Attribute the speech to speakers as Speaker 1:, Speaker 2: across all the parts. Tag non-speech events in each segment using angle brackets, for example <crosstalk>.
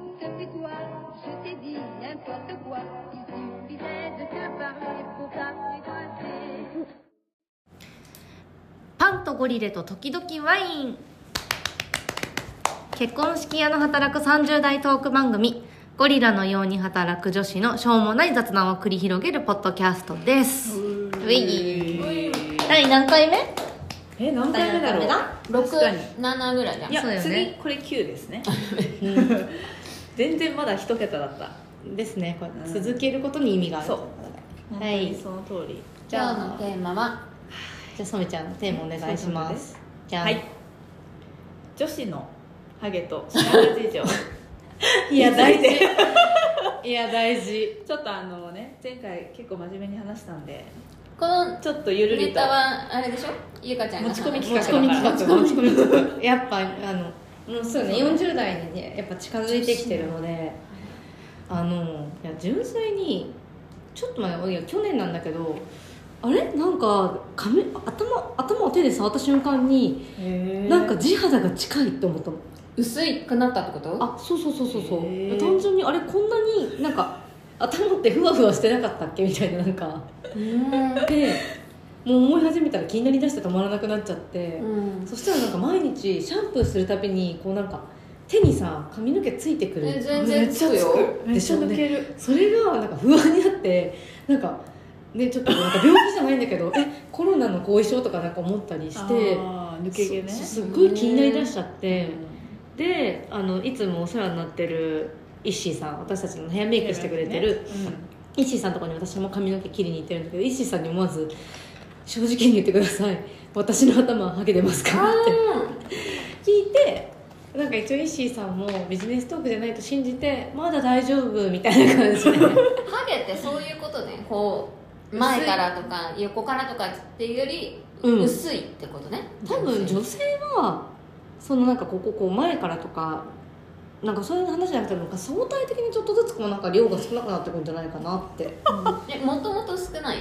Speaker 1: toi, je t'ai dit n'importe quoi. Il suffisait de te parler pour t'apprivoiser.
Speaker 2: パンとゴリレと時々ワイン結婚式屋の働く30代トーク番組ゴリラのように働く女子のしょうもない雑談を繰り広げるポッドキャストですウィイ第何回目
Speaker 3: え何回目だろう確かに
Speaker 4: 67ぐらいじゃん
Speaker 3: いや、
Speaker 2: そうよね
Speaker 3: 次これ9で
Speaker 2: <laughs>
Speaker 3: すね全然まだ一桁だった
Speaker 2: ですねこれ
Speaker 3: うん
Speaker 2: 続けることに意味がある
Speaker 3: そう
Speaker 2: はい
Speaker 3: その通り
Speaker 2: じゃ
Speaker 4: 今
Speaker 2: あ
Speaker 4: 日のテーマは
Speaker 2: じゃあ染ちゃんのテーマお願いしますじゃあ、
Speaker 3: はい女子のハゲと社会事情
Speaker 2: <laughs> いや大事いや大事
Speaker 3: <laughs> ちょっとあのね前回結構真面目に話したんで
Speaker 4: この
Speaker 3: ちょっとゆる
Speaker 4: ネ
Speaker 3: りと
Speaker 4: タはあれでしょゆかちゃんが
Speaker 3: 持ち込み
Speaker 2: 持
Speaker 3: 企
Speaker 2: ち
Speaker 3: 画
Speaker 2: 込み
Speaker 3: だから
Speaker 2: 企画持ち込み企画やっぱあのもうそうね40代にねやっぱ近づいてきてるのであのいや純粋にちょっと前いや去年なんだけどあれなんか髪頭頭を手で触った瞬間になんか地肌が近いと思ったの
Speaker 4: 薄いくなったってこと
Speaker 2: あそうそうそうそうそう
Speaker 3: へー
Speaker 2: 単純にあれこんなになんか頭ってふわふわしてなかったっけみたいななんか
Speaker 4: うーん
Speaker 2: でもう思い始めたら気になりだして止まらなくなっちゃって、
Speaker 4: うん
Speaker 2: そしたらなんか毎日シャンプーするたびにこうなんか手にさ髪の毛ついてくる
Speaker 4: え全然つくよ
Speaker 3: めっちゃ抜ける、
Speaker 2: それがなんか不安になってなんかねちょっとなんか病気じゃないんだけどえコロナの後遺症とかなんか思ったりして
Speaker 3: あー抜け毛ね
Speaker 2: そすっごい気になりだしちゃって、であのいつもお世話になってるイッシーさん私たちのヘアメイクしてくれてる、イッシーさんのとこに私も髪の毛切りに行ってるんだけどイッシーさんに思わず「正直に言ってください私の頭はハゲてますか?」って聞いてなんか一応イッシーさんもビジネストークじゃないと信じて「まだ大丈夫」みたいな感じ <laughs> で
Speaker 4: ハゲってそういうことねこう前からとか横からとかっていうより
Speaker 2: うん
Speaker 4: 薄いってことね
Speaker 2: 多分女性はそのなんかこここう前からとかなんかそういう話じゃなくてなんか相対的にちょっとずつこうなんか量が少なくなってくるんじゃないかなって
Speaker 4: もともと少ない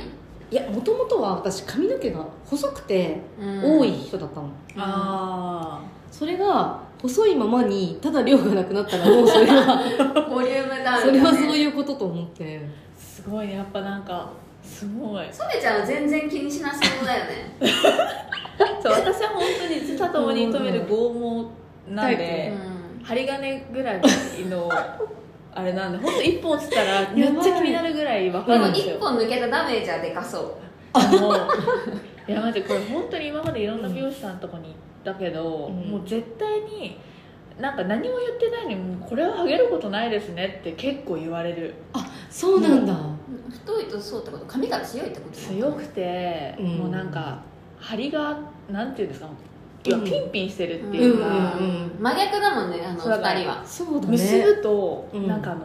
Speaker 2: いやもともとは私髪の毛が細くて
Speaker 4: うん
Speaker 2: 多い人だったの、
Speaker 3: あ
Speaker 2: それが細いままにただ量がなくなったらもうそれ <laughs> は
Speaker 4: ボリュームダウン
Speaker 2: それはそう
Speaker 4: う
Speaker 2: いうことと思って
Speaker 3: あすごいねやっぱなんかすごい
Speaker 4: ソメちゃんは全然気にしなそうだよね
Speaker 3: そう私は本当に自他ともに認める剛毛なん
Speaker 2: タ
Speaker 3: で
Speaker 2: イ、
Speaker 4: うん
Speaker 3: 針金ぐらいのあれなんで本当一本落ちたらめっちゃ気になるぐらい分か
Speaker 4: でも
Speaker 3: るんです
Speaker 4: 一
Speaker 3: よ
Speaker 4: 本抜けたダメージはでかそう
Speaker 3: あのいやマジこれ本当に今までいろんな美容師さんのとこに行ったけど、
Speaker 2: うん
Speaker 3: もう絶対になんか何も言ってないのにもうこれはハゲることないですねって結構言われる
Speaker 2: そうなんだ、
Speaker 4: 太いとそうってこと髪が強いってこと
Speaker 3: 強くて、
Speaker 2: うん
Speaker 3: もうなんか針がなんていうんですかいや
Speaker 2: うん
Speaker 3: ピンピンしてるって
Speaker 2: う
Speaker 3: い
Speaker 2: ん
Speaker 3: う
Speaker 2: うん
Speaker 3: か、
Speaker 2: うん
Speaker 4: 真逆だもんねあの
Speaker 3: そうだから
Speaker 4: 二人は
Speaker 2: そうだね
Speaker 3: 結ぶと、
Speaker 2: うん
Speaker 3: なんかあの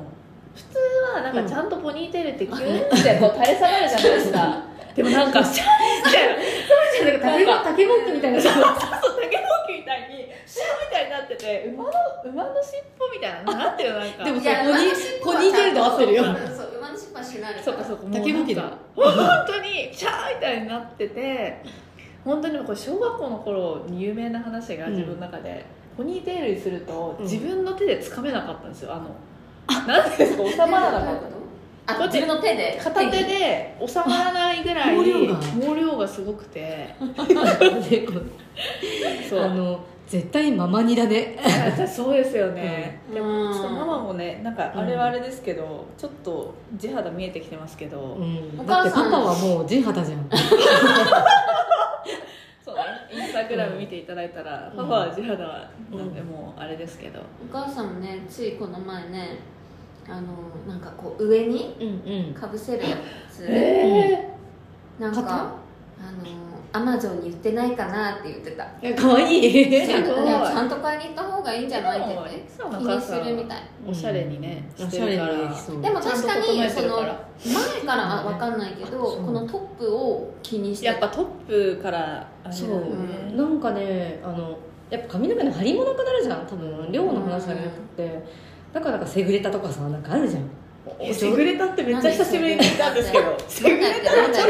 Speaker 3: 普通はなんかちゃんとポニーテールってキューってこう垂れ下がるじゃないですか
Speaker 2: <laughs>
Speaker 3: でもなんか <laughs> シャンシャン
Speaker 2: なんか竹
Speaker 3: なんか
Speaker 2: 竹ぼっきみたいな人が
Speaker 3: そう竹ぼうきみたいにシャンみたいになってて馬の馬の尻尾みたいななんていうのなんか
Speaker 2: でも
Speaker 4: いや
Speaker 2: ポニー
Speaker 4: 馬の尻尾は
Speaker 2: ポニーテールで合ってるよ
Speaker 4: そうそう馬の尻尾はしなる
Speaker 3: そうかそううかもう
Speaker 2: 竹ぼうき
Speaker 3: な
Speaker 2: だ
Speaker 3: んか本当にシャンみたいになってて本当にもうこれ小学校の頃に有名な話が自分の中で、ポニーテールにすると
Speaker 2: うん
Speaker 3: 自分の手で掴めなかったんですよあのなんていうんですか収まらなかった
Speaker 4: あ
Speaker 3: こうやって
Speaker 4: 自分の手で
Speaker 3: 片手で収まらないぐらい
Speaker 2: あ毛量が
Speaker 3: 毛量がすごくてそ
Speaker 2: <laughs>
Speaker 3: う
Speaker 2: あの絶対ママにだね
Speaker 3: いやそうですよね、
Speaker 4: うん
Speaker 3: でもちょっとママもねなんかあれは
Speaker 2: う
Speaker 3: あれですけど、ちょっと地肌見えてきてますけど、
Speaker 2: うん
Speaker 4: お
Speaker 2: だっ
Speaker 4: 母
Speaker 2: て
Speaker 4: さ
Speaker 2: パ
Speaker 4: ん
Speaker 2: パはもう地肌じゃん
Speaker 3: そうねインスタグラム見ていただいたら、
Speaker 2: うん
Speaker 3: パパは地肌はなんで
Speaker 2: うん
Speaker 3: もうあれですけど、
Speaker 4: お母さんもねついこの前ねあのなんかこう上に
Speaker 2: うんうん
Speaker 4: かぶせるやつ
Speaker 3: え
Speaker 4: なん
Speaker 2: 買った
Speaker 4: かあのアマゾンに売ってないかなって言ってた
Speaker 2: え可愛い
Speaker 3: すごい
Speaker 4: ちゃんと買いに行った方がいいんじゃないって言っ
Speaker 3: で
Speaker 4: て
Speaker 3: もそう
Speaker 4: 気
Speaker 3: な
Speaker 4: にするみたい
Speaker 3: おしゃれにね、
Speaker 2: うんお
Speaker 3: して
Speaker 2: しゃれ
Speaker 3: る
Speaker 2: に
Speaker 3: から
Speaker 2: できそう
Speaker 4: でも確か
Speaker 3: ちゃ
Speaker 4: に
Speaker 3: んと整
Speaker 4: そ
Speaker 3: えてる
Speaker 4: の
Speaker 3: から
Speaker 4: 前からは分かんないけど
Speaker 2: そう
Speaker 4: このトップを気にして
Speaker 3: やっぱトップからあれだ
Speaker 2: そ
Speaker 3: よ
Speaker 2: う、
Speaker 3: ね
Speaker 2: なんかねあのやっぱ髪の毛の張りもなくなるじゃん多分量の話じゃなくて、だからなんかセグレタとかさなんかあるじゃん
Speaker 3: えセグレタってめっちゃ久しぶりに聞いたんですけど
Speaker 4: なんだっけなんだっ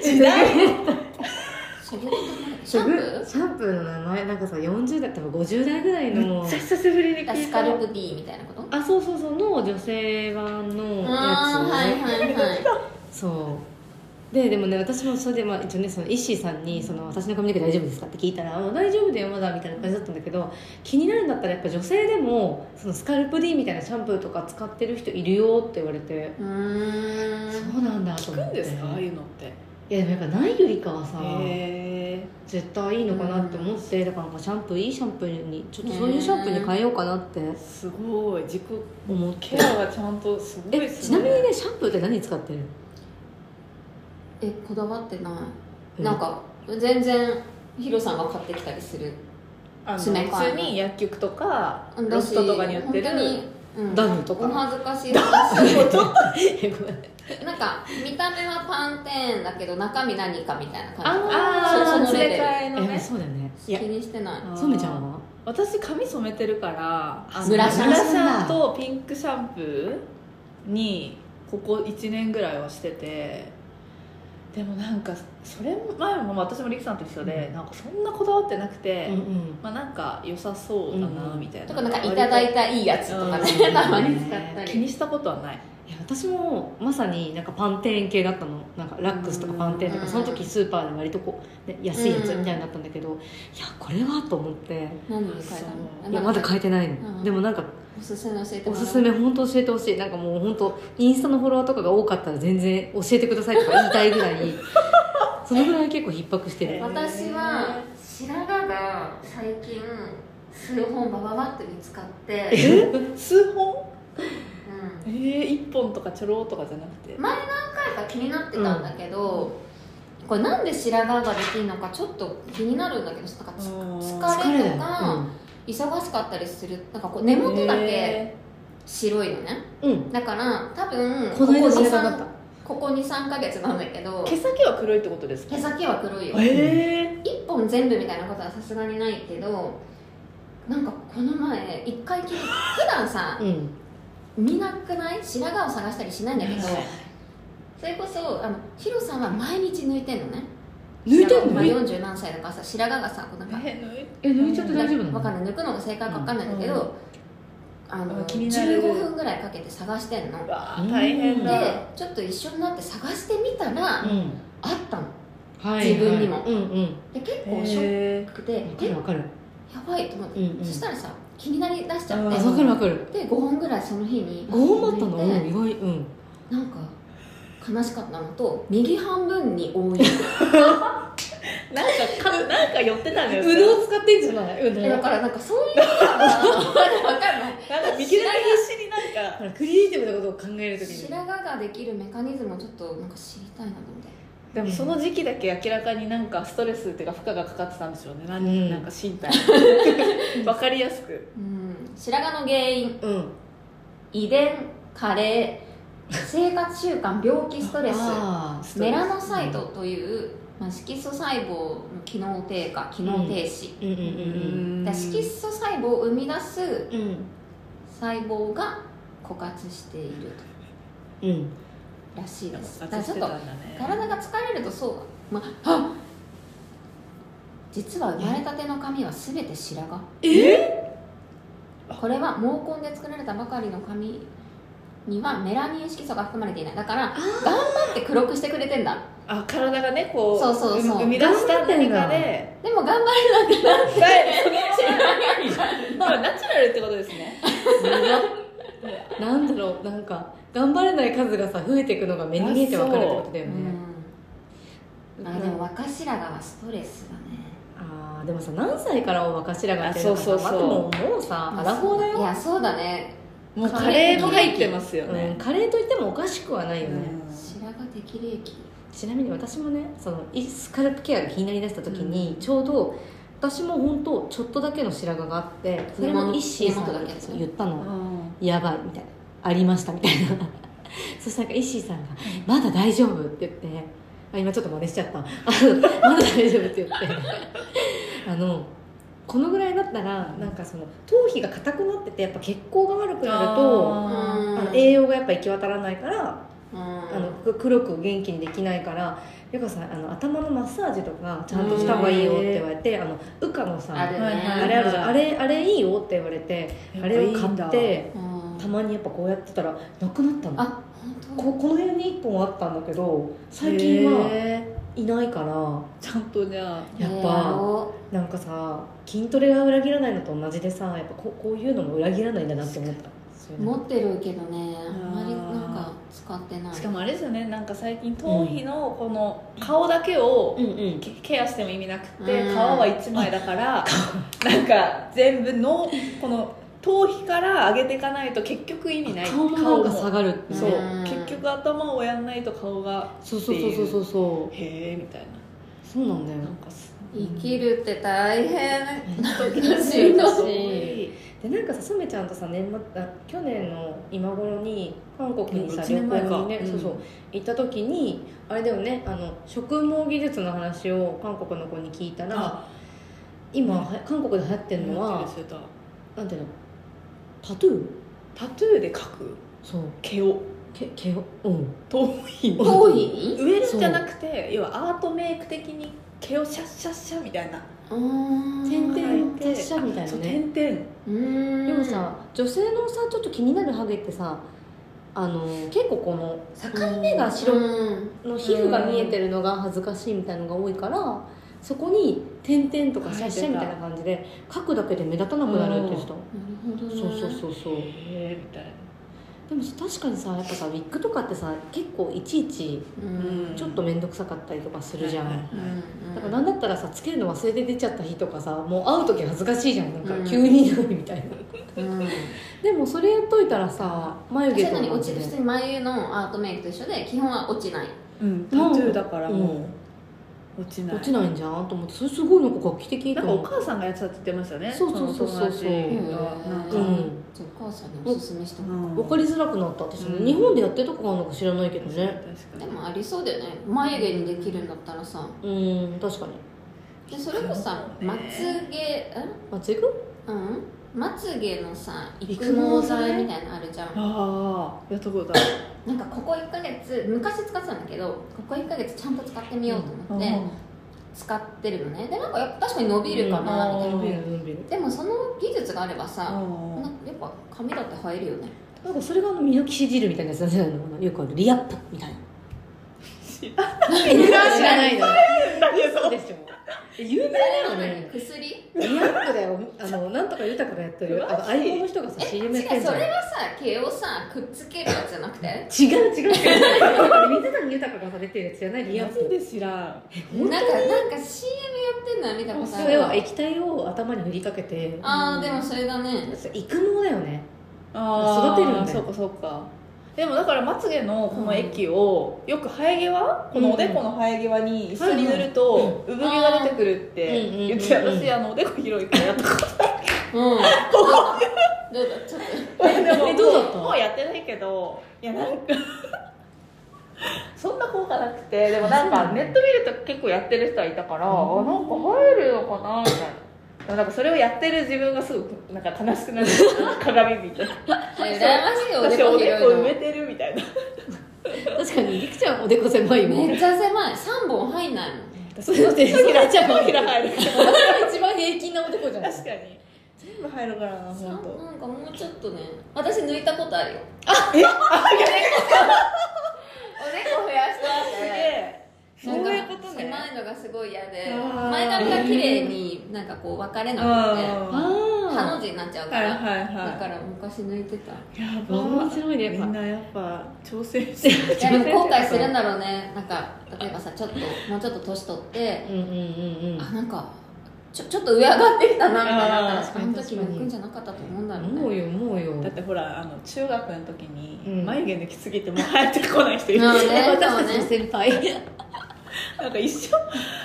Speaker 4: け
Speaker 3: 時代
Speaker 4: それがシャンプー
Speaker 2: シャンプーの名前なんかさ40代とか50代ぐらいの
Speaker 3: めっちゃ久しぶりに聞い
Speaker 4: あ
Speaker 3: た
Speaker 4: スカルプ D みたいなこと
Speaker 2: あそうそうそうの女性版のやつ
Speaker 4: あ
Speaker 2: を
Speaker 4: ー
Speaker 2: ね、
Speaker 4: はいはいは
Speaker 2: そうででもね私もそれで、まあ、一応ねその石井さんにその「私の髪の毛大丈夫ですか?」って聞いたら「あ大丈夫だよまだ」みたいな感じだったんだけど気になるんだったらやっぱ女性でもそのスカルプ D みたいなシャンプーとか使ってる人いるよって言われて、
Speaker 4: いうーん
Speaker 2: そうなんだと
Speaker 3: 聞
Speaker 2: 思
Speaker 3: く
Speaker 2: っ
Speaker 3: ん
Speaker 2: て
Speaker 3: ですかああいうのって
Speaker 2: いやでもやっぱないよりかはさ、
Speaker 3: へえ
Speaker 2: 絶対いいのかなって思って、だからなんかシャンプーいいシャンプーにちょっとそういうシャンプーに変えようかなって
Speaker 3: すごい自己
Speaker 2: 思って、
Speaker 3: ケアはちゃんとすごい
Speaker 2: え
Speaker 3: です
Speaker 2: ちなみにねシャンプーって何使ってる
Speaker 4: えこだわってない
Speaker 2: の
Speaker 4: なんか全然ヒロさんが買ってきたりする
Speaker 3: あの普
Speaker 4: 爪か
Speaker 3: 通に薬局とか
Speaker 4: だし
Speaker 3: ロストとかに売ってる
Speaker 4: 本当に、うん、
Speaker 2: ダムとか
Speaker 4: お恥ずかしい話 <laughs>
Speaker 2: えごめん
Speaker 4: なんか見た目はパンテーンだけど中身何かみたいな感
Speaker 3: あ
Speaker 4: そう
Speaker 3: あ
Speaker 4: そのレベル
Speaker 3: 詰め替えの
Speaker 2: え
Speaker 3: ね
Speaker 2: そうだよね
Speaker 3: い
Speaker 4: じ
Speaker 3: や
Speaker 4: 気にしてない
Speaker 3: あー
Speaker 2: そうめちゃんは
Speaker 3: 私髪染めてるからあの
Speaker 4: ブラシャン
Speaker 3: ブラシャンとピンクシャンプーにここ1年ぐらいはしててでもなんかそれ前も私もリキさんと一緒で、
Speaker 2: うん
Speaker 3: なんかそんなこだわってなくて、
Speaker 2: ん
Speaker 3: まあなんか良さそうだな
Speaker 2: うん
Speaker 3: みたいな、
Speaker 4: とかなんかいただいたいいやつとかね
Speaker 2: うん
Speaker 4: <laughs> たまに使った
Speaker 3: 気
Speaker 4: り
Speaker 3: にしたことはない
Speaker 2: いや私もまさになんかパンテーン系だったのなんかラックスとかパンテーンと
Speaker 4: う
Speaker 2: か
Speaker 4: ん
Speaker 2: その時スーパーで割とこう、ね、安いやつみたいになったんだけど、いやこれはと思って
Speaker 4: 何に変えたの
Speaker 2: いやまだ変えてないの、
Speaker 4: うん
Speaker 2: でもなんか
Speaker 4: おすすめ教えて
Speaker 2: お
Speaker 4: もらう
Speaker 2: すすめ本当教えてほしいなんかもう本当インスタのフォロワーとかが多かったら全然教えてくださいとか言いたいぐら
Speaker 4: <laughs>
Speaker 2: いそのぐらい結構逼迫してる
Speaker 4: 私は白髪が最近数本バババって見つかって、
Speaker 3: 数本
Speaker 4: うん
Speaker 3: えー、1本とかちょろとかじゃなくて
Speaker 4: 何回か気になってたんだけど、これなんで白髪ができるのかちょっと気になるんだけどなんかつ
Speaker 3: 疲
Speaker 4: 疲れと
Speaker 2: よ
Speaker 4: か忙しかったりするなんかこう根元だけ白いのね
Speaker 2: うん、うん、
Speaker 4: だから多分
Speaker 2: この間
Speaker 4: こ
Speaker 2: 白
Speaker 4: こ
Speaker 2: 髪だった
Speaker 4: 23ここ23か月なんだけど
Speaker 3: 毛先は黒いってことですか
Speaker 4: 毛先は黒いよ
Speaker 3: え
Speaker 4: 1本全部みたいなことはさすがにないけどなんかこの前一回きり普段さ
Speaker 2: うん
Speaker 4: 見なくない白髪を探したりしないんだけどそれこそあのヒロさんは毎日抜いてんのね
Speaker 2: 抜いてんの
Speaker 4: まあ、40何歳だからさ白髪がさこうなんか
Speaker 2: え抜いちゃって
Speaker 4: な
Speaker 2: 大丈夫なの
Speaker 4: わかんない抜くのが正解か分かんないんだけど、あの
Speaker 3: 気になる
Speaker 4: 15分ぐらいかけて探してんので
Speaker 3: わあ大変
Speaker 2: うん
Speaker 3: だ
Speaker 4: ちょっと一緒になって探してみたら、
Speaker 2: うん
Speaker 4: あったの
Speaker 2: はいはい
Speaker 4: 自分にも
Speaker 2: うんうん
Speaker 4: で結構ショ
Speaker 3: え
Speaker 4: ックで
Speaker 2: わか
Speaker 4: え
Speaker 2: る
Speaker 4: や
Speaker 2: わかる
Speaker 4: ばいと思って、
Speaker 2: うんうん
Speaker 4: そしたらさ気になりだしちゃっ
Speaker 2: あ
Speaker 4: て、
Speaker 2: わかるわかる
Speaker 4: で5本ぐらいその日に
Speaker 2: 5本もあったの、
Speaker 4: 抜
Speaker 2: うん
Speaker 4: い
Speaker 2: 意外
Speaker 4: て
Speaker 2: うん
Speaker 4: なんか悲しかったのと右半分に多
Speaker 2: <laughs>
Speaker 4: い
Speaker 3: ーなんかかなんか寄ってたんだよ
Speaker 2: を使ってんじゃないう
Speaker 4: だからなんかそういうのが分か
Speaker 2: <laughs>
Speaker 4: んない
Speaker 3: なんか見切れ必死になんか
Speaker 2: クリエイティブなことを考えるときに
Speaker 4: 白髪ができるメカニズムをちょっとなんか知りたいなと思って
Speaker 3: でもその時期だけ明らかになんかストレスっていうか負荷がかかってたんでしょうねなん,、
Speaker 2: うん
Speaker 3: なんか身
Speaker 4: <laughs>
Speaker 3: 体わかりやすく
Speaker 4: うん白髪の原因
Speaker 2: うん
Speaker 4: 遺伝加齢生活習慣病気ストレス
Speaker 2: あー
Speaker 4: メラノサイトという、まあ、色素細胞の機能低下機能停止、
Speaker 2: うんうん
Speaker 4: だから色素細胞を生み出す
Speaker 2: うんうん
Speaker 4: 細胞が枯渇している
Speaker 2: うん
Speaker 4: らしいですだ
Speaker 3: あ
Speaker 4: からちょっと体が疲れるとそうだ、まあ、あ実は生まれたての髪は全て白髪
Speaker 2: え
Speaker 4: これは毛根で作られたばかりの髪にはメラニン色素が含まれていないだから頑張って黒くしてくれてんだ
Speaker 3: あ体がねこう
Speaker 4: そうそうそう
Speaker 3: 生み出した何かで
Speaker 4: でも頑張れなくなっ
Speaker 3: だよね
Speaker 4: て白髪に
Speaker 3: これナチュラルってことですね
Speaker 2: なんだろうなんか頑張れない数がさ増えていくのが目に見えてわかるってことだよね
Speaker 4: うんあでも若白髪はストレスだね
Speaker 2: あーでもさ何歳から若白髪ってるのかな
Speaker 3: あそうそうそう
Speaker 2: まあでももうさアラフォーだ
Speaker 4: い
Speaker 2: よ
Speaker 4: やそうだね
Speaker 2: もう
Speaker 3: カ
Speaker 2: カレ
Speaker 3: レー
Speaker 2: ー
Speaker 3: も
Speaker 2: も
Speaker 3: 入ってますよ
Speaker 2: うん
Speaker 3: ね、
Speaker 2: カレーといってもおかしくはないよね、
Speaker 4: 白髪適齢期
Speaker 2: ちなみに私もねそのいスカルプケアが気になりだした時に、ちょうど私も本当ちょっとだけの白髪があってそれも
Speaker 4: 根元
Speaker 2: 一心さん
Speaker 4: 根
Speaker 2: に
Speaker 4: 元だけ
Speaker 2: そう言った
Speaker 3: う
Speaker 2: の、
Speaker 3: ん
Speaker 2: やばいみたいなありましたみたいな <laughs> そしたらなんか石井さんが「まだ大丈夫」って言ってあ今ちょっと真似しちゃった <laughs> あのまだ大丈夫って言って <laughs> あのこのぐらいだったらなんかその頭皮が硬くなっててやっぱ血行が悪くなると
Speaker 3: あー
Speaker 2: あの栄養がやっぱ行き渡らないから
Speaker 4: うん
Speaker 2: あのく黒く元気にできないからゆかさんあの頭のマッサージとかちゃんとした方がいいよって言われてあのうかのさん
Speaker 4: あるね、
Speaker 3: はいはい
Speaker 2: あれあるじゃんあれあれいいよって言われてあれを買って
Speaker 4: うん
Speaker 2: たまにやっぱこうやってたらなくなったの
Speaker 4: あ本
Speaker 2: ここの辺に1本あったんだけど最近は
Speaker 3: へ
Speaker 2: いないから
Speaker 3: ーちゃんとじゃあ
Speaker 4: 当
Speaker 2: やっ
Speaker 4: ねあ
Speaker 2: ぱ
Speaker 4: の
Speaker 2: なんかさ筋トレが裏切らないのと同じでさやっぱここういうのも裏切らないんだなって思ったそういうの
Speaker 4: 持ってるけどねあんまり
Speaker 3: あー
Speaker 4: なんか使ってない
Speaker 3: しかもあれですよねなんか最近頭皮のこの顔だけを
Speaker 2: うんうん
Speaker 3: けケアしても意味なくて
Speaker 4: うん
Speaker 3: 皮は1枚だからなんか全部のこの頭皮から上げていかないと結局意味ない
Speaker 2: 顔もなんか下がるって
Speaker 3: そう
Speaker 4: うん
Speaker 3: 結局頭をやんないと顔が
Speaker 2: そうそうそうそうそうそ
Speaker 3: へえみたいな
Speaker 2: うそうなんだよ <laughs>
Speaker 3: なんかす
Speaker 4: 生きるって大変
Speaker 2: <laughs> しんどい
Speaker 3: い
Speaker 2: でなんかさめちゃんとさ年末あ去年の今頃に韓国にさ旅行
Speaker 3: うん一年前か
Speaker 2: にね、
Speaker 3: うん
Speaker 2: そうそう行った時にあれだよねあの植毛技術の話を韓国の子に聞いたら
Speaker 3: あ
Speaker 2: 今、は韓国で流行ってるの
Speaker 3: なん
Speaker 2: は
Speaker 3: て言うんでしょう
Speaker 2: なんていうのタトゥー
Speaker 3: タトゥーで描く
Speaker 2: そう
Speaker 3: 毛を
Speaker 2: け毛をうん
Speaker 3: 頭皮に
Speaker 4: 頭皮に
Speaker 3: 植えるんじゃなくて要はアートメイク的に毛をシャッシャッシャみたいな
Speaker 4: 点
Speaker 2: 点々
Speaker 3: て
Speaker 2: 達者みたいな
Speaker 3: そう
Speaker 2: ね
Speaker 3: 点々
Speaker 4: うん
Speaker 2: でもさ女性のさちょっと気になるハゲってさあの結構この境目が白
Speaker 4: うん
Speaker 2: の皮膚が見えてるのが恥ずかしいみたいのが多いからそこに点々とかシャッシャみたいな感じで書くだけで目立たなくなるって人、
Speaker 4: なるほどね
Speaker 2: そうそうそうそう
Speaker 3: へえみたいな
Speaker 2: でも確かにさやっぱさウィッグとかってさ結構いちいち
Speaker 4: うん
Speaker 2: ちょっと面倒くさかったりとかするじゃん、
Speaker 3: はいはい
Speaker 4: うん
Speaker 2: だからなんだったらさつけるの忘れて出ちゃった日とかさもう会う時恥ずかしいじゃんなん
Speaker 4: うん
Speaker 2: か急にないみたいな、
Speaker 4: うん
Speaker 2: でもそれやっといたらさ眉毛
Speaker 4: 確
Speaker 2: と
Speaker 4: かに
Speaker 2: 同
Speaker 4: 落ち
Speaker 2: じ
Speaker 4: る
Speaker 2: で
Speaker 4: 普通に眉のアートメイクと一緒で基本は落ちない
Speaker 3: うんタトゥーだからもう落ちない
Speaker 2: 落ちないんじゃんと思ってそれすごいなんか画期的
Speaker 3: な
Speaker 2: と
Speaker 3: んかお
Speaker 2: 思う
Speaker 3: 母さんがやってたって言ってましたね
Speaker 2: そうそうそうそうそう
Speaker 3: の友達がなんか、
Speaker 2: う
Speaker 4: う
Speaker 2: ん
Speaker 4: じゃあお母さんにおすすめしても
Speaker 3: うん
Speaker 2: 分かりづらくなった私、
Speaker 3: うん
Speaker 2: 日本でやってるとこがあるのか知らないけどね
Speaker 3: 確か
Speaker 4: で
Speaker 3: に
Speaker 4: もありそうだよね眉毛にできるんだったらさ
Speaker 2: うん確かに
Speaker 4: でそれこそさ
Speaker 3: そうね
Speaker 4: まつげ
Speaker 2: まつげ
Speaker 4: んうんまつげのさ育
Speaker 3: 育毛
Speaker 4: 毛
Speaker 3: 剤
Speaker 4: 剤みたいなのあるじゃん
Speaker 3: ああやったことある
Speaker 4: なんかここ1ヶ月昔使ってたんだけどここ1ヶ月ちゃんと使ってみようと思って使ってるのねでなんかやっぱ確かに伸びるかなみたい
Speaker 3: うん
Speaker 4: な
Speaker 2: 伸びる伸びる
Speaker 4: でもその技術があればさ
Speaker 3: うん
Speaker 4: なんかやっぱ髪だって生えるよね
Speaker 2: なんかそれがあのミノキシジルみたいなやつじゃないのかなよくあるリアップみたいな
Speaker 4: 知
Speaker 2: 知らないの嘘でしょえ有名だよね
Speaker 4: 薬
Speaker 2: リアップだよあのなんとか豊かがやってるあの相棒の人がさ
Speaker 4: え違
Speaker 2: CM
Speaker 4: う
Speaker 2: やってんじ
Speaker 4: そ
Speaker 2: ゃん
Speaker 4: れはさ毛をさくっつけるやつじゃなくて
Speaker 2: 違う <laughs> 違う違う水谷豊がされてるやつじゃないリア
Speaker 3: な
Speaker 2: ッ
Speaker 3: ん
Speaker 2: プ
Speaker 3: で知らん
Speaker 4: なんかなんか CM やってんのは見たことあ
Speaker 2: そ
Speaker 4: る
Speaker 2: れは液体を頭に振りかけて
Speaker 4: ああでもそれだね
Speaker 2: それ育毛だよね
Speaker 3: あー
Speaker 2: 育てるんだ
Speaker 3: そ
Speaker 2: よ
Speaker 3: うかそうかでもだからまつげのこの液をよく生え際
Speaker 2: う
Speaker 3: こ
Speaker 2: ん
Speaker 3: のおでこの生え際に一緒に塗ると産毛が出てくるって言って
Speaker 2: うんうんうんうん
Speaker 3: 私あのおでこ広いからやったこ
Speaker 4: うんどうだちょっ
Speaker 3: とないで
Speaker 2: <laughs>
Speaker 3: も
Speaker 2: えどうだった
Speaker 3: もうやってないけどいやなんか <laughs> そんな効果なくてでもなんかネット見ると結構やってる人はいたからあ
Speaker 2: う
Speaker 3: なんか生えるのかなみたいなでもなんかそれをやってる自分がすごくなんか悲し
Speaker 2: <laughs>
Speaker 3: くなる鏡見て
Speaker 4: と羨ましいよおで
Speaker 3: 私お
Speaker 4: こ
Speaker 3: でこ埋
Speaker 4: 広
Speaker 3: め
Speaker 4: い
Speaker 3: てるみたいな
Speaker 2: 確かにりくちゃんおでこ狭いも
Speaker 4: の
Speaker 2: ん
Speaker 4: めっちゃ狭い3本入んないもん
Speaker 2: それだってそれが一
Speaker 3: 手が入る
Speaker 2: 番平均なおでこじゃない
Speaker 3: 確かに全部入るからな
Speaker 4: さ
Speaker 3: 本当。
Speaker 4: なんかもうちょっとね私抜いたことあるよあえおでこ増やした
Speaker 3: すげえそういうことね
Speaker 4: 狭いのがすごい嫌で
Speaker 3: あー
Speaker 4: 前髪が綺麗になんかこう分かれなくて
Speaker 3: あ
Speaker 4: ハの
Speaker 2: あ
Speaker 4: 字になっちゃう
Speaker 3: ー
Speaker 4: か
Speaker 3: はい
Speaker 4: ら、
Speaker 3: はい
Speaker 4: だか
Speaker 3: は
Speaker 4: ら昔抜いてた
Speaker 3: いや
Speaker 2: あ面白いね
Speaker 3: み
Speaker 2: やっ
Speaker 3: ん
Speaker 2: ぱ
Speaker 3: なやっぱ <laughs> 挑戦して
Speaker 4: いやでも後悔するんだろうねなんか例えばさちょっともうちょっと年取って
Speaker 2: うんうんうん
Speaker 4: あなんかちょちょっと上上がってきたなみたいな
Speaker 3: あ
Speaker 4: あ
Speaker 2: ー
Speaker 4: の時抜くんじゃなかったと思うんだろ
Speaker 2: うん
Speaker 4: う
Speaker 2: 思う
Speaker 4: ね
Speaker 2: よ思うよ
Speaker 3: だってほらあの中学の時
Speaker 2: う
Speaker 3: に
Speaker 2: ん
Speaker 3: 眉毛抜きすぎてもう生えてこない人いる
Speaker 4: うんね
Speaker 2: やっぱ
Speaker 4: そう
Speaker 2: 私たちの
Speaker 4: ね
Speaker 2: 先輩 <laughs>
Speaker 3: なんか一緒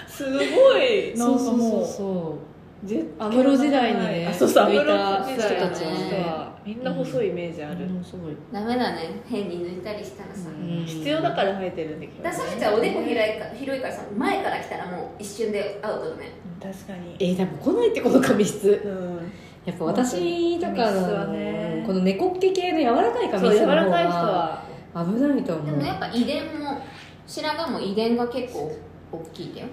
Speaker 3: すごいなんかもう
Speaker 2: そ
Speaker 3: 絶
Speaker 2: アムロ時代にね
Speaker 3: あそうそうアムロ
Speaker 2: 抜
Speaker 3: 時
Speaker 2: い
Speaker 3: 代
Speaker 2: た人
Speaker 3: の人
Speaker 4: た
Speaker 3: た
Speaker 4: ち
Speaker 3: ち
Speaker 4: はね
Speaker 3: はみんな細いイメージあ
Speaker 2: う
Speaker 3: る
Speaker 2: うんすごい
Speaker 4: ダメだね変に抜いたりしたらさ、
Speaker 3: う
Speaker 4: だ
Speaker 3: ん必要だから生えてるんだけどね
Speaker 4: からさめちゃんおでこ広いから広いからさ前から来たらもう一瞬でアウトだね
Speaker 3: 確かに
Speaker 2: えー、でも来ないってこと髪質
Speaker 3: うん
Speaker 2: やっぱ私とか
Speaker 3: 髪質は
Speaker 2: の、
Speaker 3: ね
Speaker 2: この猫っ毛系の柔らかい
Speaker 3: そ
Speaker 2: 髪
Speaker 3: う
Speaker 2: 質
Speaker 3: 柔
Speaker 2: の
Speaker 3: ら
Speaker 2: 方
Speaker 3: かい人
Speaker 2: が
Speaker 3: は
Speaker 2: 危ないと思う
Speaker 4: でもやっぱ遺伝も白髪も遺伝が結構大きいんだよ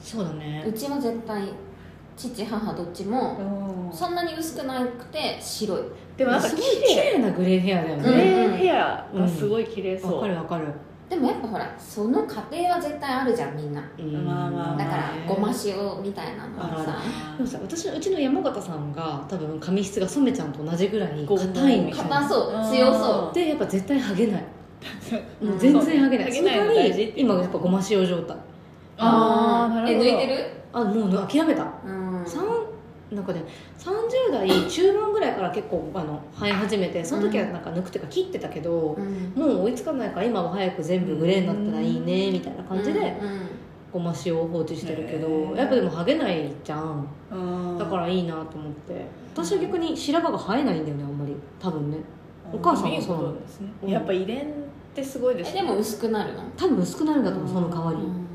Speaker 2: そうだ
Speaker 4: う
Speaker 2: ね
Speaker 4: ちは絶対父母どっちもそんなに薄くなくて白い
Speaker 3: でもなんか
Speaker 2: す
Speaker 3: 綺
Speaker 2: ごい綺
Speaker 3: 麗
Speaker 2: 麗なグレーヘアだよ
Speaker 3: グ
Speaker 2: ね
Speaker 3: レーヘアがすごい綺麗
Speaker 2: わ、
Speaker 3: そう、
Speaker 2: かるわかる、
Speaker 4: でもやっぱほらその過程は絶対あるじゃんみんな
Speaker 2: うん
Speaker 3: まあまあ
Speaker 4: だから
Speaker 2: ね
Speaker 4: ごま塩みたいなのはさ
Speaker 2: でもさ私のうちの山形さんが多分髪質が染めちゃんと同じぐらい硬いみたい
Speaker 4: 硬
Speaker 2: な
Speaker 4: そう強そう
Speaker 2: でやっぱ絶対ハゲ
Speaker 3: <laughs>
Speaker 2: ない
Speaker 4: うん
Speaker 2: もう全然ハゲない
Speaker 3: ハゲ
Speaker 2: その
Speaker 3: ない
Speaker 2: 代
Speaker 3: の
Speaker 2: わ
Speaker 3: 大事って
Speaker 2: り今やっぱごま塩状態
Speaker 3: ああな
Speaker 4: え
Speaker 3: るほ
Speaker 4: 抜い
Speaker 3: ど
Speaker 4: てる
Speaker 2: あもう諦めた
Speaker 4: うん
Speaker 2: 三なんかね30代中盤ぐらいから結構あの生え始めてその時はなんか抜くっていうか切ってたけど、
Speaker 4: うん
Speaker 2: もう追いつかないから今は早く全部グレーになったらいいねみたいな感じで
Speaker 4: うんうん
Speaker 2: ごま塩を放置してるけど、
Speaker 3: へー
Speaker 2: やっぱでもハゲないじゃん
Speaker 3: うん
Speaker 2: だからいいなと思って私は逆に白髪が生えないんだよねあんまり多分ね
Speaker 3: うん
Speaker 2: お母さんもそうなの
Speaker 3: いいことですね
Speaker 2: うん
Speaker 3: やっぱ遺伝ってすごいです
Speaker 4: えでも薄くなるの
Speaker 2: 多分薄くなるんだと思うその代わり
Speaker 4: うん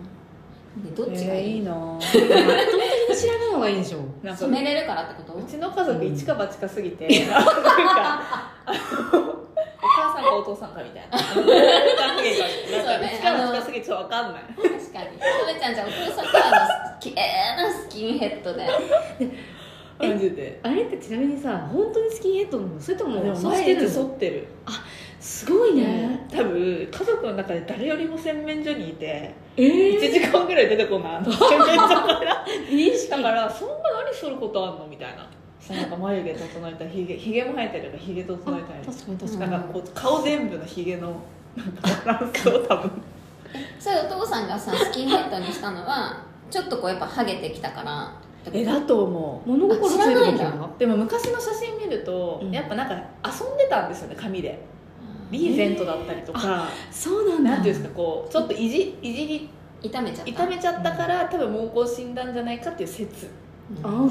Speaker 4: でどっちが
Speaker 3: えー
Speaker 4: い
Speaker 3: いい
Speaker 4: い
Speaker 3: なぁ
Speaker 2: 白髪の方がいいでしょ
Speaker 3: なんか
Speaker 4: 染めれるからってこと
Speaker 3: うちの家
Speaker 2: う
Speaker 3: 族
Speaker 2: ん
Speaker 3: 一か八かすぎて、なんかあのお母さんかお父さんかみたいななんか一か八かすぎてちょっとわかんない
Speaker 4: 確かにとめちゃんじゃあお父さんからのきれいなスキンヘッドで
Speaker 2: え
Speaker 3: マジ
Speaker 2: <laughs>
Speaker 3: で
Speaker 2: あれってちなみにさ本当にスキンヘッドなのそれと
Speaker 3: で
Speaker 2: も
Speaker 3: も
Speaker 2: そうし
Speaker 3: 毎
Speaker 2: て
Speaker 3: 日
Speaker 2: る
Speaker 3: 剃
Speaker 2: の
Speaker 3: ってる
Speaker 2: すごいね
Speaker 3: 多分家族の中で誰よりも洗面所にいて
Speaker 2: え
Speaker 3: 1時間ぐらい出てこないあの洗面所から
Speaker 2: ー、いいし
Speaker 3: だからそんな何剃ることあんのみたいななんか眉毛整えたりひげひげも生えてるからひげ整えたり
Speaker 2: 確かに確か
Speaker 3: な
Speaker 2: に
Speaker 3: んかこう顔全部のひげのなんかバランスを多分
Speaker 4: それお父さんがさスキンヘッドにしたのはちょっとこうやっぱハゲてきたからってこと
Speaker 3: えだと思う
Speaker 2: 物心ついた時
Speaker 4: 知らないん
Speaker 2: は
Speaker 3: でも昔の写真見ると、
Speaker 2: うん
Speaker 3: やっぱなんか遊んでたんですよね紙でリーゼントだったりとか、
Speaker 2: そうなんだ
Speaker 3: なんていうんですかこうちょっといじいじり
Speaker 4: 痛めちゃった
Speaker 3: 痛めちゃったから多分毛根死んだんじゃないかっていう説
Speaker 4: うん
Speaker 2: あ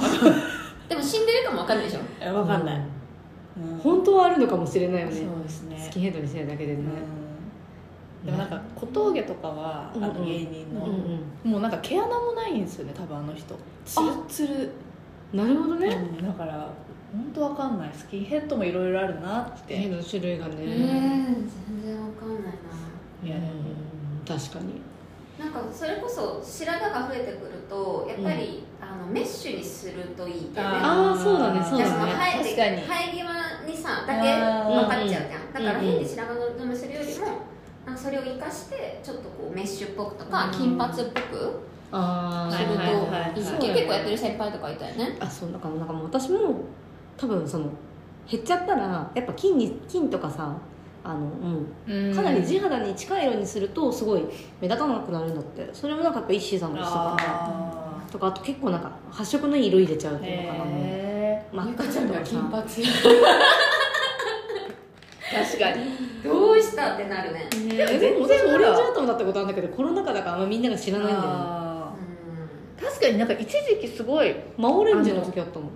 Speaker 4: でも死んでるかもわかんないでしょ
Speaker 3: え
Speaker 2: ー
Speaker 3: わかんない、うん
Speaker 2: 本当はあるのかもしれないよね
Speaker 3: そうですね
Speaker 2: スキンヘッドにしてるだけでね、
Speaker 3: うんでもなんか小峠とかは、あ
Speaker 2: うんう
Speaker 3: の
Speaker 2: ん
Speaker 3: 芸人の、
Speaker 2: うんうん
Speaker 3: もうなんか毛穴もないんですよね多分あの人ツルツル
Speaker 2: なるほどね
Speaker 3: うんだから本当わかんないスキンヘッドもいろいろあるなっ
Speaker 2: スキンヘ
Speaker 3: て
Speaker 2: ッドの種類がね、
Speaker 4: えー全然わかんない
Speaker 3: いやで
Speaker 2: う
Speaker 3: も
Speaker 2: ん確かに
Speaker 4: ななんかそれこそ白髪が増えてくるとやっぱり、あのメッシュにするといいんだよね
Speaker 2: あーそうだねそう
Speaker 4: じゃ
Speaker 2: だね
Speaker 4: あその生え
Speaker 3: 確
Speaker 4: て
Speaker 3: かに
Speaker 4: 生え際にさだけ
Speaker 3: あー
Speaker 4: 分かっちゃうじゃんだから
Speaker 2: うんうん
Speaker 4: 変に白髪のめするよりもなんかそれを生かしてちょっとこうメッシュっぽくとか
Speaker 3: うん
Speaker 4: 金髪っぽく
Speaker 2: ああ
Speaker 4: する
Speaker 3: はいはいはい
Speaker 4: といい
Speaker 3: そう
Speaker 4: 結
Speaker 3: だね
Speaker 4: 構やってる先輩とかいたよね
Speaker 2: あそうだからなんかもう私も多分その減っちゃったらやっぱ金に金とかさあの、うん、かなり地肌に近い色にするとすごい目立たなくなるんだってそれもなんかやっぱイッシーさんの人とか
Speaker 3: あ
Speaker 2: とかあと結構なんか発色のいい色入れちゃうっ
Speaker 3: ー
Speaker 2: ていうのかな
Speaker 3: へ
Speaker 2: 真っ
Speaker 4: ゆか
Speaker 2: 赤
Speaker 4: ちゃんが
Speaker 2: とか
Speaker 3: <laughs>
Speaker 4: 金
Speaker 2: さ
Speaker 4: 髪
Speaker 3: ー確かに
Speaker 4: どうしたってなるね
Speaker 2: ね
Speaker 3: でも
Speaker 2: でも
Speaker 3: 全
Speaker 2: 私
Speaker 3: 然
Speaker 2: オ
Speaker 3: ほ
Speaker 2: レ
Speaker 3: ら
Speaker 2: ンジアートになったことあるんだけどコロナ禍だからあんまみんなが知らないんだよね
Speaker 3: あ
Speaker 4: う
Speaker 3: ー確かになんか一時期すごい
Speaker 2: 真オレンジの時あったもん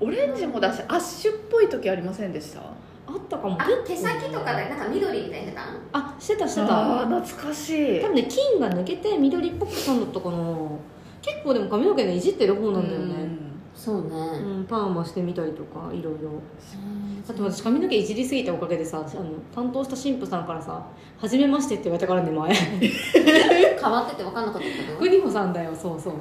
Speaker 3: オレンジもだしアッシュっぽい時ありませんでした
Speaker 2: あったかも
Speaker 4: んあ手先とかでなんか緑みたいになって
Speaker 2: あしてたしてた
Speaker 3: ああー懐かしい
Speaker 2: 多分ね金が抜けて緑っぽくしたんだったかな結構でも髪の毛ねいじってる方なんだよね、
Speaker 4: たそう
Speaker 2: う
Speaker 4: ね
Speaker 2: んパーマしてみたりとかいろいろだって私髪の毛いじりすぎたおかげでさあの担当した神父さんからさ「はじめまして」って言われたからね前
Speaker 4: 変わってて分かんなかったけど
Speaker 2: 邦穂さんだよそうそう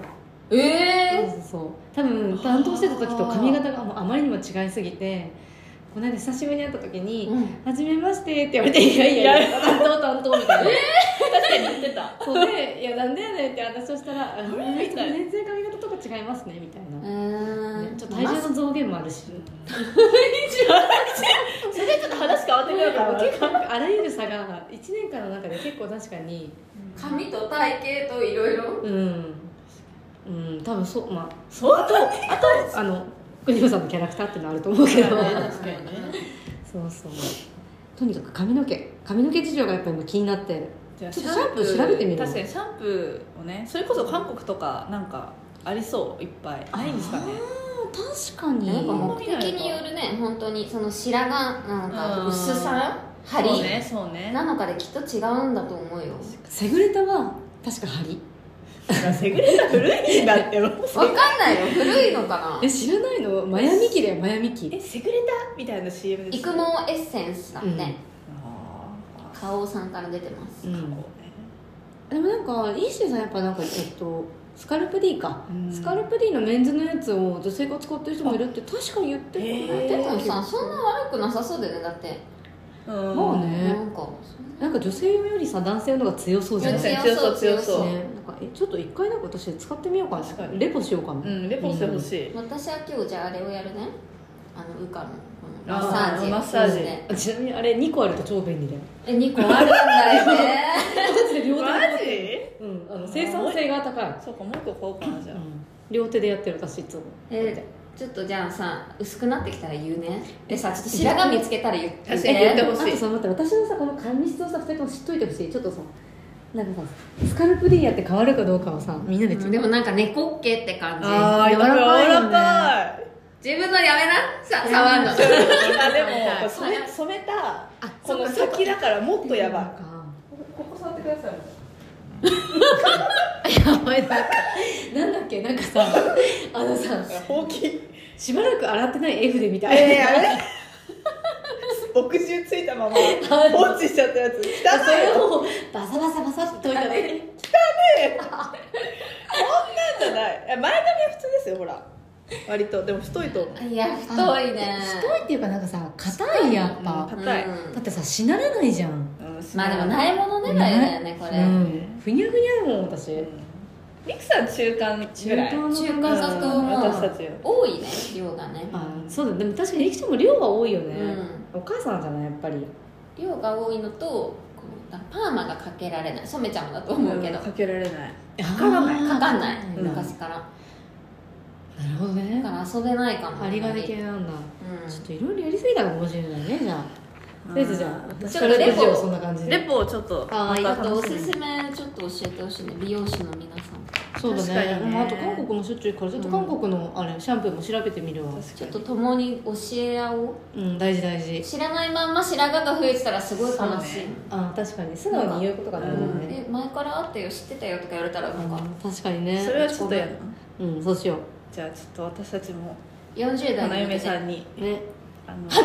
Speaker 4: え
Speaker 2: そうそうそう多分担当してた時と髪型がもうあまりにも違いすぎてこの間久しぶりに会った時
Speaker 4: え
Speaker 2: に
Speaker 4: うん
Speaker 2: 「はじめまして」って言われて「いやいやいや担当担当」みたいな
Speaker 3: 確かに言ってた
Speaker 2: そうで「いやなんでやねん」って話をしたら「あの
Speaker 3: あれ
Speaker 2: 人全然髪型とか違いますね」みたいな
Speaker 4: えー
Speaker 2: ねちょっと体重の増減もあるし、
Speaker 3: それでちょっと話変わってくるから
Speaker 2: 結構あらゆる差が1年間の中で結構確かに
Speaker 4: 髪と体型といろいろ
Speaker 2: うん、うん、多分そうま
Speaker 3: そう
Speaker 2: ああとあの国本さんのキャラクターっていうのあると思うけど
Speaker 3: そうだね確かにね
Speaker 2: そうそうとにかく髪の毛髪の毛事情がやっぱり今気になって
Speaker 3: じゃあ
Speaker 2: ちょっとシャンプー調べてみる
Speaker 3: 確かにシャンプーをねそれこそ韓国とかなんかありそういっぱいないんですかね
Speaker 2: 確かに
Speaker 4: なんか
Speaker 3: もう
Speaker 4: 目的によるね本当にその白髪なんか
Speaker 3: うん
Speaker 4: 薄さ張
Speaker 3: そう
Speaker 4: り
Speaker 3: ねそうね
Speaker 4: なのかできっと違うんだと思うよ
Speaker 2: セグレタは確かハリ
Speaker 3: セグレタ古いんだってもう
Speaker 4: わかん
Speaker 3: <laughs>
Speaker 4: ないよ古いのかな
Speaker 2: え知らないのマヤミキだよマヤミキ
Speaker 3: えセグレタみたいな CM です
Speaker 4: 育毛エッセンスだって、
Speaker 2: うん
Speaker 3: あー
Speaker 4: 花王さんから出てます
Speaker 2: うん、でもなんかイッシーさんやっぱなんかえっとスカルプ D か、
Speaker 3: うん
Speaker 2: スカルプ D のメンズのやつを女性が使ってる人もいるって確かに言って
Speaker 3: へ
Speaker 2: る
Speaker 3: ー
Speaker 4: でもさそんな悪くなさそうだよねだって
Speaker 3: うん
Speaker 2: まあね
Speaker 4: なんかそん
Speaker 2: な
Speaker 4: な
Speaker 2: んか女性よりさ男性の方が強そうじゃない
Speaker 3: 強
Speaker 2: ね
Speaker 3: いそう強そう
Speaker 2: なんかえちょっと一回なんか私使ってみようか
Speaker 3: 確か
Speaker 2: な
Speaker 3: に
Speaker 2: レポしようかな、
Speaker 3: うんレポしてほしい
Speaker 4: 私は今日じゃああれをやるねあのウカのこの
Speaker 3: あ
Speaker 4: マ
Speaker 3: ー
Speaker 4: ッサージ
Speaker 3: マッサージ
Speaker 4: ね
Speaker 2: あちなみにあれ2個あると超便利だよ
Speaker 4: え2個あるんだよね
Speaker 2: マジで両手
Speaker 3: マジ
Speaker 2: うん、あの生産性が高い、
Speaker 3: そうかもう一個買おうかなじゃ
Speaker 2: う
Speaker 3: あ
Speaker 2: ん、両手でやってる私いつも
Speaker 4: えちょっとじゃあさ薄くなってきたら言うねでさちょっと白髪見つけたら言って
Speaker 3: 確かに言って
Speaker 2: あ
Speaker 3: ほ
Speaker 2: と
Speaker 3: しい
Speaker 2: さ待って私のさこの髪質をさ2人とも知っといてほしいちょっとさなんかさスカルプ D やって変わるかどうかをさみんなでちょっと
Speaker 4: でもなんか猫っけって感じ
Speaker 3: あー
Speaker 2: 柔らかいよね
Speaker 3: 柔らかい
Speaker 4: 自分のやめなさ触るの
Speaker 3: あでも染め染めた
Speaker 4: あ
Speaker 3: この先だからもっとやばい
Speaker 2: なんか
Speaker 3: ここ触ってください
Speaker 2: やばいなんかなんだっけなんかさあのさ
Speaker 3: ほうき
Speaker 2: しばらく洗ってない絵筆みたいな、
Speaker 3: えー、あれ <laughs> 墨汁ついたまま放置しちゃったやつ汚
Speaker 2: そ
Speaker 3: い
Speaker 2: れ
Speaker 3: よ
Speaker 2: をバサバサバサっといたね
Speaker 3: じゃないいや前髪は普通ですよほら割とでも太いと思う
Speaker 4: いや太いね
Speaker 2: 太いっていうかなんかさ硬いやっぱ、
Speaker 3: うん硬い
Speaker 4: うん
Speaker 2: だってさしなれないじゃん
Speaker 3: うんし
Speaker 4: ま
Speaker 3: ない
Speaker 4: あでもないものねだよねこ
Speaker 2: う
Speaker 4: れ
Speaker 2: ん、ふにゃふにゃだもん私
Speaker 3: うんミクさん中間ぐらい
Speaker 2: の
Speaker 4: 中間だと
Speaker 3: うん
Speaker 4: 思
Speaker 3: 私た
Speaker 4: う
Speaker 3: ちよ
Speaker 4: 多いね量がね
Speaker 2: あそうだでも確かにりきちゃんも量が多いよ
Speaker 4: う
Speaker 2: ね、
Speaker 4: ん
Speaker 2: お母さんじゃないやっぱり
Speaker 4: 量が多いのとこうなんかパーマがかけられない染めちゃんもだと思うけど
Speaker 3: かけられない
Speaker 2: か
Speaker 3: からない
Speaker 4: かかんない
Speaker 3: うん
Speaker 4: 昔から
Speaker 2: なるほどね
Speaker 4: だから遊べないかも
Speaker 2: ありがね系なんだ、
Speaker 4: うん
Speaker 2: ちょっといろいろやりすぎたかもしれないねじゃあとりあえずじゃあ私
Speaker 4: ち
Speaker 2: か
Speaker 4: ょっ
Speaker 2: ら
Speaker 4: とレポ
Speaker 2: レポをそんな感じ
Speaker 3: レ
Speaker 2: で
Speaker 3: ポをちょっと
Speaker 2: あー
Speaker 4: ちょっとお
Speaker 3: 楽しみ
Speaker 4: す
Speaker 3: に
Speaker 4: すめちょっと教えてほしいね美容師の皆さん
Speaker 2: そうだ
Speaker 3: 確か
Speaker 2: ね
Speaker 3: にね
Speaker 2: まあ、あと韓国もしょっちゅう行くからちょっと韓国のあれシャンプーも調べてみるわ
Speaker 4: ちょっ
Speaker 3: 確か
Speaker 4: と
Speaker 3: に
Speaker 4: 共に教え合おう
Speaker 2: うん大事大事
Speaker 4: 知らないまんま白髪が増えてたらすごい悲しい、
Speaker 2: あ確かに素直に言うことが
Speaker 3: う
Speaker 2: ない
Speaker 3: ん
Speaker 2: よ
Speaker 4: うん
Speaker 2: ね、
Speaker 4: え前からあったよ知ってたよとか言われたらなんか、
Speaker 2: うん確かにね
Speaker 3: それはちょっとやな
Speaker 2: うんそうしよ
Speaker 3: じゃあちょっと私たちも
Speaker 4: 40代
Speaker 3: 花嫁さ
Speaker 4: ん
Speaker 3: んに
Speaker 2: うね
Speaker 3: あの
Speaker 4: 花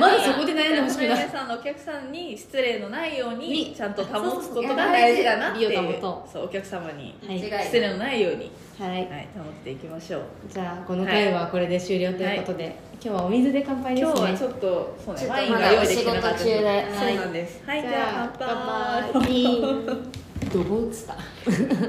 Speaker 2: まだそこで悩んでほしく
Speaker 3: 花
Speaker 2: ない
Speaker 3: 嫁さんのお客さんに失礼のないように
Speaker 2: に
Speaker 3: ちゃんと保つことが
Speaker 4: そう
Speaker 3: 大事だなって
Speaker 2: 美
Speaker 3: い
Speaker 2: を
Speaker 3: う
Speaker 2: 保と
Speaker 3: そうお客様に
Speaker 2: はい
Speaker 4: 間違い
Speaker 3: 失礼のないように、
Speaker 2: はい
Speaker 3: はい、保っていきましょう
Speaker 2: じゃあこの回はこれで終了ということで、今日はお水で乾杯ですね
Speaker 3: 今日はちょっとそうね
Speaker 4: ちょっと
Speaker 3: ワインが用意できなかった
Speaker 4: まだお仕事中で
Speaker 3: そうなんですはいじゃあ乾杯
Speaker 2: 乾杯
Speaker 3: <laughs>
Speaker 4: ドボンっつった